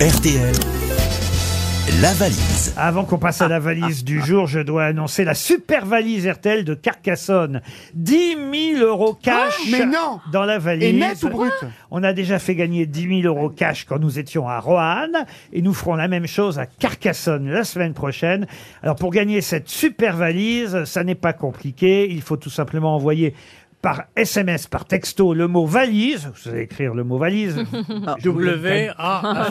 RTL, la valise. Avant qu'on passe à la valise du jour, je dois annoncer la super valise RTL de Carcassonne. 10 000 euros cash Oh, mais non dans la valise. Et net ou brut On a déjà fait gagner 10 000 euros cash quand nous étions à Roanne et nous ferons la même chose à Carcassonne la semaine prochaine. Alors pour gagner cette super valise, ça n'est pas compliqué. Il faut tout simplement envoyer par SMS, par texto, le mot valise. Vous allez écrire le mot valise. Je vous le donne. W A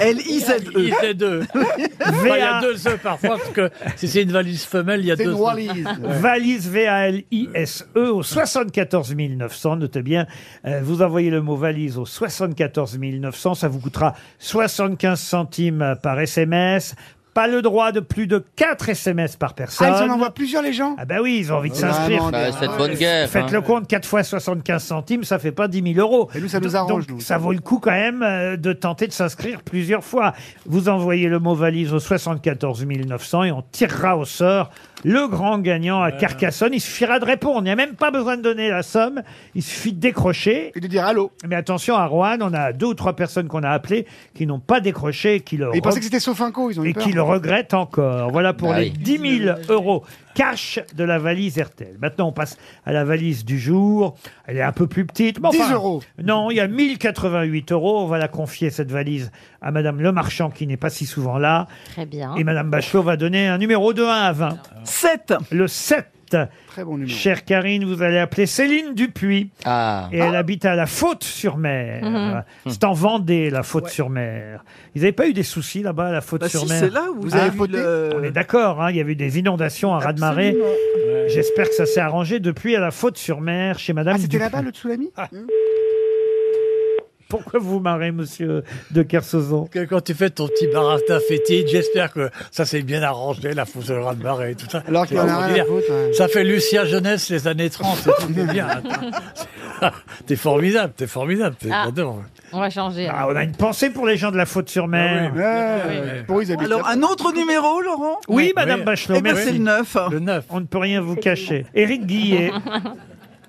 L-I-Z-E. I Z E. Enfin, Il y a deux E parfois parce que si c'est une valise femelle, il y a C'est deux une E. Wallis. Valise V-A-L-I-S-E E au 74 900. Notez bien, euh, vous envoyez le mot valise au 74 900. Ça vous coûtera 75 centimes par SMS. Pas le droit de plus de 4 SMS par personne. Ah, ils en envoient plusieurs, les gens Ah bah oui, ils ont envie de s'inscrire. Vraiment, Bah, des- cette bonne guerre. Faites hein. le compte, 4 fois 75 centimes, ça fait pas 10 000 euros. Et nous, ça nous arrange, Donc, nous. ça vaut le coup quand même euh, de tenter de s'inscrire plusieurs fois. Vous envoyez le mot valise au 74 900 et on tirera au sort le grand gagnant à Carcassonne. Il suffira de répondre. Il n'y a même pas besoin de donner la somme. Il suffit de décrocher. Et de dire allô. Mais attention, à Rouen, on a deux ou trois personnes qu'on a appelées qui n'ont pas décroché et qui le, Et ils pensaient re- que c'était Sofinco, ils ont eu et peur. qui le regrettent encore. Voilà pour Bah les oui. 10 000 euros cash de la valise RTL. Maintenant, on passe à la valise du jour. Elle est un peu plus petite. mais 10 enfin, euros. non, il y a 1088 euros. On va la confier, cette valise, à Madame Le Marchand, qui n'est pas si souvent là. Très Ah. bien. Et Madame Bachelot va donner un numéro de 1 à 20. 7. Le 7. Très bon numéro. Chère Karine, vous allez appeler Céline Dupuis. Ah. Mhm. Et elle habite à La Faute-sur-Mer. C'est en Vendée, La Faute-sur-Mer. Ils n'avaient pas eu des soucis là-bas, à La Bah si, Faute-sur-Mer c'est là où Vous il y a avez eu voté le- on est d'accord, hein, il y avait eu des inondations à raz-de-marée. J'espère que ça s'est arrangé depuis à la faute-sur-mer chez Madame. Ah, c'était Dupuis. là-bas le tsunami Pourquoi vous vous marrez, monsieur de Kersauzon Que Quand tu fais ton petit barata fétide, j'espère que ça s'est bien arrangé, la fausse ras de marée et tout ça. Alors qu'il y en a rien à foutre. ouais. Ça fait Lucia Jeunesse les années 30, c'est tout est bien. Attends. T'es formidable, t'es formidable, t'es Ah. j'adore. On va changer. Ah, On a une pensée pour les gens de la faute-sur-mer. Ah bah, oui, Ouais, Pour eux, ils habitent Alors, là-bas. un autre numéro, Laurent Madame Oui. Bachelot, Eh bien, c'est merci. le 9. Le 9. On ne peut rien vous cacher. Éric Guillet,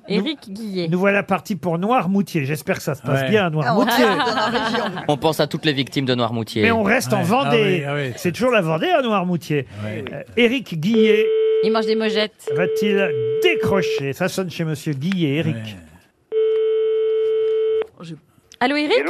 Éric Guillet. nous voilà partis pour Noirmoutier. J'espère que ça se passe Ouais. bien à Noirmoutier. On pense à toutes les victimes de Noirmoutier. Mais on reste en Ouais. Vendée. Ah oui, ah oui. C'est toujours la Vendée à Noirmoutier. Euh, Éric Guillet Il mange des mojettes. va-t-il décrocher Ça sonne chez monsieur Guillet, Éric. Allô, Éric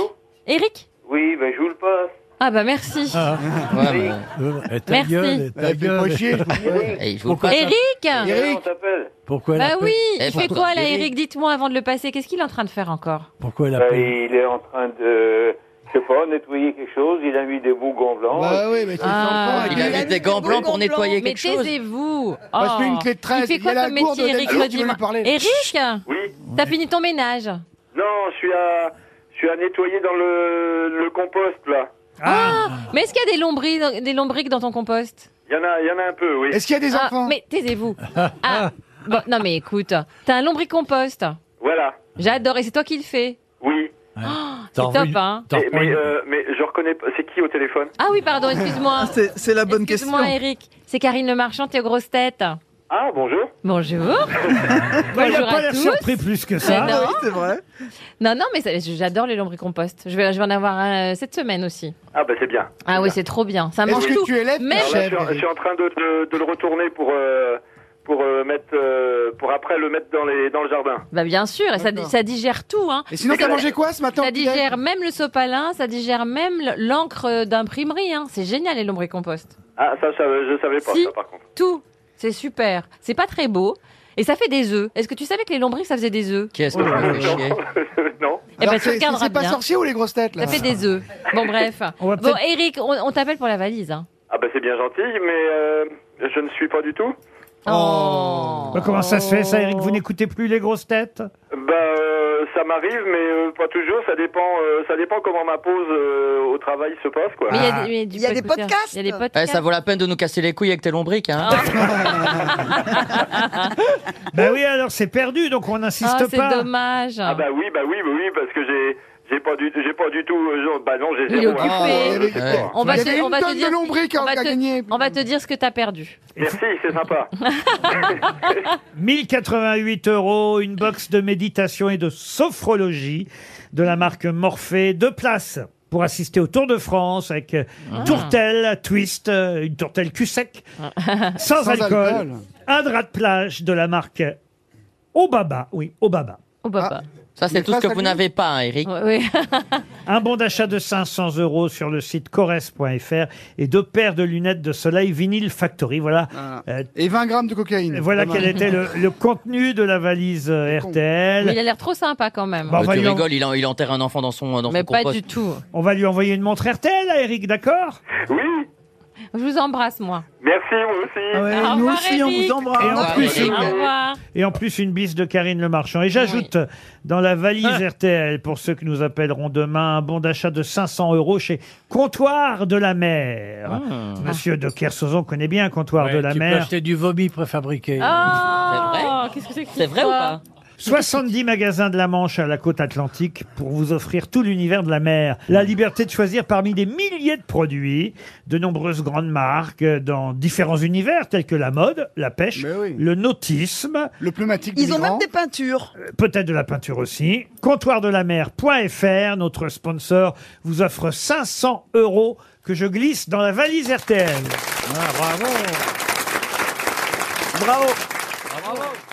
Éric Oui, ben je vous le passe. Ah bah merci. Ouais, mais- Euh, eh, ta Merci. gueule, eh, Eh, ta Fais-moi gueule. chier, je vous promets. Eh, je vous le passe. Éric Comment on t'appelle Pourquoi elle Bah appelle- oui, Eh, il fait pourquoi quoi là, Éric Éric Dites-moi avant de le passer, qu'est-ce qu'il est en train de faire encore Pourquoi elle Ben, appelle Il est en train de, je sais pas, nettoyer quelque chose. Il a mis des bougons blancs. Bah oui, mais c'est Ah. sympa. Il a mis des gants blancs pour nettoyer Mais quelque chose. taisez-vous Parce Oh. qu'une clé de 13, Il fait il y a quoi la comme gourde métier, de Éric Delphine, tu veux Redis-moi. lui parler. Éric Oui. T'as fini ton ménage Non, je suis à, je suis à nettoyer dans le, le compost là. Ah Mais est-ce qu'il y a des lombriques, des lombriques dans ton compost Il y en a, il y en a un peu, oui. Est-ce qu'il y a des Ah, enfants Mais taisez-vous Ah Bon, non mais écoute, t'as un lombricompost. Voilà. J'adore et c'est toi qui le fais. Oui. T'as c'est envoyé- top, hein. t'as Et- mais, envoyé- euh, mais je reconnais pas. C'est qui au téléphone Ah oui, pardon, excuse-moi. C'est c'est la bonne question. Excuse-moi, Eric. C'est Karine Le Marchand, tes grosses têtes. Ah bonjour. Bonjour. Bah, il n'a Bonjour pas à l'air tous. surpris plus que ça. Mais non. Ah oui, c'est vrai. Non, non, mais ça- j'adore les lombricomposts. Je vais, je vais en avoir un, euh, cette semaine aussi. Ah ben c'est bien. Ah oui, c'est trop bien. Ça mange Est-ce que tout. tu élèves Mais- ton Alors là, chef je, suis en, je suis en train de, de, de le retourner pour. euh, pour euh, mettre euh, pour après le mettre dans les dans le jardin. Bah bien sûr, et ça, D'accord. ça digère tout. Hein. Et sinon, t'as mangé quoi ce matin Ça au petit-déj digère même le sopalin, ça digère même l- l'encre d'imprimerie. Hein. C'est génial les lombricomposts. Ah ça, ça je savais pas Si. ça par contre. Tout. C'est super. C'est pas très beau. Et ça fait des œufs. Est-ce que tu savais que les lombrics, ça faisait des œufs Qui est-ce que je me fais chier non. Eh ben, Alors, tu c'est- regarderas C'est pas bien. sorcier ou les grosses têtes là Ça fait des œufs. Bon, bref. On va Bon, peut-être- Eric, on, on t'appelle pour la valise. Hein. Ah bah c'est bien gentil, mais euh, je ne suis pas du tout. Oh. Bah, Comment ça se fait ça, Eric Vous n'écoutez plus les grosses têtes Bah euh, ça m'arrive, mais euh, pas toujours. Ça dépend, euh, ça dépend comment ma pause euh, au travail se passe quoi. Mais il y Ah. a, mais du Il y a coup, des écoute, podcasts Il y a des Eh, podcasts. Ça vaut la peine de nous casser les couilles avec tes lombriques. Hein. Ben oui, alors c'est perdu, donc on Ah, n'insiste c'est pas. dommage. Ah bah oui, bah oui, bah oui, parce que j'ai, j'ai pas du, j'ai pas du tout. euh, genre- bah non, j'ai Il est zéro. hein. occupé. Je sais Ouais. pas. On Il y va avait te, on une va te tonne dire, de lombrics on, à va à gagner. te, on va te dire ce que t'as perdu. Merci, c'est sympa. 1088 euros, une box de méditation et de sophrologie de la marque Morphée, deux places pour assister au Tour de France avec euh, Ah. tourtelle, twist, euh, une tourtelle cul sec, sans, Sans alcool, alcool. un drap de plage de la marque Obaba, oui, Obaba. Oh, bah, papa. Ça, c'est Mais tout ce face que à vous lui- n'avez pas, hein, Eric. Ouais, ouais. Un bon d'achat de 500 euros sur le site cores.fr et deux paires de lunettes de soleil Vinyl Factory. Voilà, Ah. euh, Et 20 grammes de cocaïne. voilà Pas quel mal. était le, le contenu de la valise euh, con. Mais RTL. il a l'air trop sympa quand même. Bon, on, va Euh, tu lui en- rigoles, il, en- il enterre un enfant dans son, dans Mais son pas compost. du tout. on va lui envoyer une montre RTL à Eric, d'accord Oui, Je vous embrasse, moi. merci, moi aussi. Eh, Ouais, Au nous revoir, aussi, on Eric. vous embrasse. Et en revoir, plus, Au Eric. revoir. Et en plus, une bise de Karine Le Marchand. Et j'ajoute dans la valise RTL, pour ceux que nous appellerons demain, un bon d'achat de 500 euros chez Comptoir de la Mer. Monsieur de Kersauzon connaît bien Comptoir de Ouais, la tu peux Mer. acheter du vomi préfabriqué. Ah. Oh, qu'est-ce que c'est que C'est vrai ou pas 70 magasins de la Manche à la côte atlantique pour vous offrir tout l'univers de la mer. La liberté de choisir parmi des milliers de produits, de nombreuses grandes marques euh, dans différents univers tels que la mode, la pêche, Mais oui. le nautisme, Le pneumatique du Ils ont migrant. même des peintures. peut-être de la peinture aussi. Comptoirdelamer.fr, notre sponsor, vous offre 500 euros que je glisse dans la valise RTL. Ah, bravo. Bravo.